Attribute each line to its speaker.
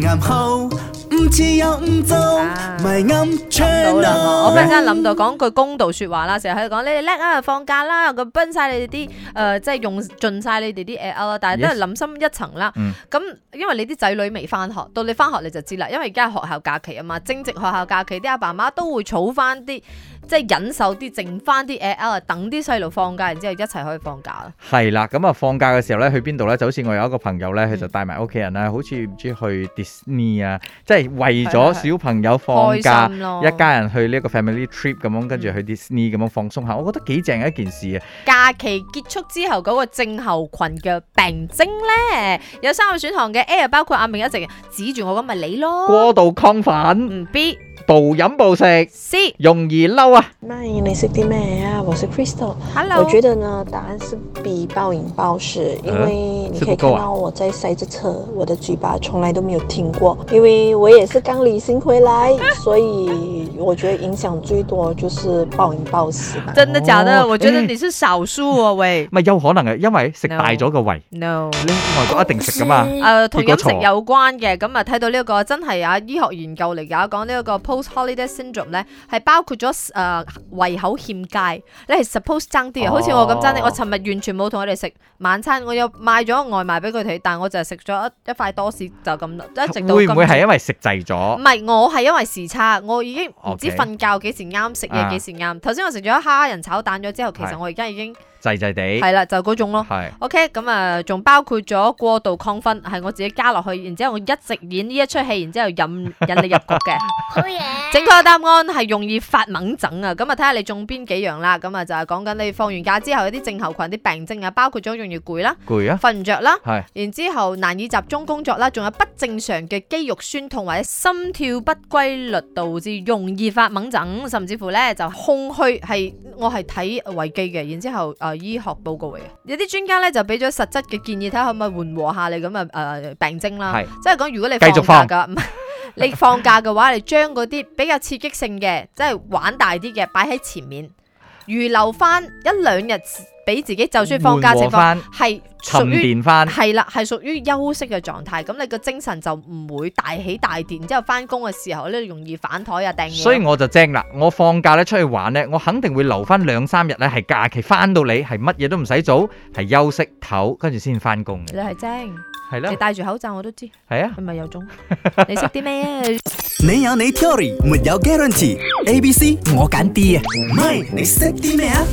Speaker 1: 男好，唔似又唔做
Speaker 2: 啊，
Speaker 1: 迷暗
Speaker 2: 到
Speaker 1: channel。
Speaker 2: 啦我，我忽然間諗到講句公道説話啦，成日喺度講你哋叻啊，放假啦，咁奔晒你哋啲誒，即係用盡晒你哋啲 air out 啦，但係都係
Speaker 3: Yes
Speaker 2: 諗深一層啦
Speaker 3: 嗯。
Speaker 2: 咁因為你啲仔女未翻學，到你翻學你就知啦，因為而家係學校假期啊嘛，正值學校假期，啲阿爸媽都會儲翻啲，即係忍受啲，剩翻啲 air out，等啲細路放假，然之後一齊可以放假啦。
Speaker 3: 係啦，咁啊放假嘅時候咧，去邊度咧？就好似我有一個朋友咧，佢就帶埋屋企人啦，好似唔知去 Disney 啊，即係為咗
Speaker 2: 係係係
Speaker 3: 小朋友放假
Speaker 2: 開。心咯，
Speaker 3: 一家人去呢一個 family trip 咁樣，跟住去 Disney 咁樣放鬆下，我覺得幾正嘅一件事啊！
Speaker 2: 假期結束之後嗰個症候群嘅病徵咧，有三個選項嘅 A 包括阿明一直指住我講咪你咯，
Speaker 3: 過度亢奮、
Speaker 2: 嗯 B、
Speaker 3: 暴飲暴食、
Speaker 2: C、
Speaker 3: 容易嬲啊！
Speaker 4: 麦，你识啲咩啊？我是 Crystal。
Speaker 2: Hello，
Speaker 4: 我觉得呢，答案是 B，暴饮暴食，因
Speaker 3: 呃
Speaker 4: 为你
Speaker 3: 吃
Speaker 4: 可以
Speaker 3: 不够
Speaker 4: 看
Speaker 3: 啊
Speaker 4: 到我在塞着车，我的嘴巴从来都没有停过，因为我也是刚旅行回来，所以我觉得影响最多就是暴饮暴食吧。
Speaker 2: 真的假的？
Speaker 3: 哦
Speaker 2: 我覺得
Speaker 3: 欸
Speaker 4: 嗯
Speaker 2: 你是少數喎、喂
Speaker 3: 咪有可能啊，因為食大咗個胃，
Speaker 2: ，no。
Speaker 3: 你外國一定食噶嘛。
Speaker 2: 誒、呃同
Speaker 3: 結果
Speaker 2: 飲食
Speaker 3: 錯
Speaker 2: 有關嘅，咁啊睇到呢、一個真係啊醫學研究嚟㗎，講呢一個 post holiday syndrome 咧係包括咗誒、呃胃口欠佳，你係 suppose 爭啲嘅，好似我咁爭啲，
Speaker 3: 哦
Speaker 2: 我尋日完全冇同佢哋食晚餐，我有買咗外賣俾佢哋，但我就係食咗一一塊多士就咁啦，一直到
Speaker 3: 會唔
Speaker 2: 今
Speaker 3: 會
Speaker 2: 朝
Speaker 3: 係因為食滯
Speaker 2: 唔
Speaker 3: 咗？
Speaker 2: 係，我係因為時差，我已經唔知
Speaker 3: OK
Speaker 2: 瞓覺幾時啱，食嘢
Speaker 3: 啊
Speaker 2: 幾時啱。頭先我食咗蝦仁炒蛋咗之後，其實
Speaker 3: 係
Speaker 2: 我而家已經
Speaker 3: 滯滯地
Speaker 2: 係啦，就嗰種咯。
Speaker 3: 係
Speaker 2: OK，咁啊，仲包括咗過度亢奮，係我自己加落去，然之後我一直演呢一出戲，然之後 引引你入局嘅。正確嘅答案係容易發猛整啊！咁啊，睇下你中邊幾樣啦。咁啊，就係講緊你放完假之後有啲症候群、啲病徵啊，包括咗容易攰啦、
Speaker 3: 攰啊，
Speaker 2: 瞓唔着啦。
Speaker 3: 係
Speaker 2: 然之後難以集中工作啦，仲有不正常嘅肌肉酸痛或者心跳不規律，導致容易發猛疹，甚至乎咧就空虛。係我係睇維基嘅，然之後誒、呃、醫學報告嚟嘅，有啲專家咧就俾咗實質嘅建議，睇下可唔可以緩和下你咁啊嘅誒病徵啦。
Speaker 3: 係
Speaker 2: 即係講如果你
Speaker 3: 繼續
Speaker 2: 放假㗎，唔係你放假嘅話，你將嗰啲比較刺激性嘅，即係玩大啲嘅擺喺前面，預留翻一兩日俾自己，就算放假
Speaker 3: 緩和
Speaker 2: 情況
Speaker 3: 返
Speaker 2: 係
Speaker 3: 沉
Speaker 2: 屬於。
Speaker 3: 澱翻。
Speaker 2: 係啦，係屬於休息嘅狀態，咁你個精神就唔會大起大跌，然之後翻工嘅時候咧容易反台啊掟嘢。
Speaker 3: 所以我就精啦，我放假咧出去玩咧，我肯定會留翻兩三日咧係假期，翻到嚟係乜嘢都唔使做，係休息唞，跟住先翻工
Speaker 2: 你
Speaker 3: 嘅，
Speaker 2: 係精，
Speaker 3: 係啦
Speaker 2: 你，戴住口罩我都知，
Speaker 3: 係啊。
Speaker 2: 你咪有 種。你識啲咩？啊
Speaker 1: 你有你 theory，沒有 guarantee。A、B、C 我揀 D 啊，唔係你識啲咩啊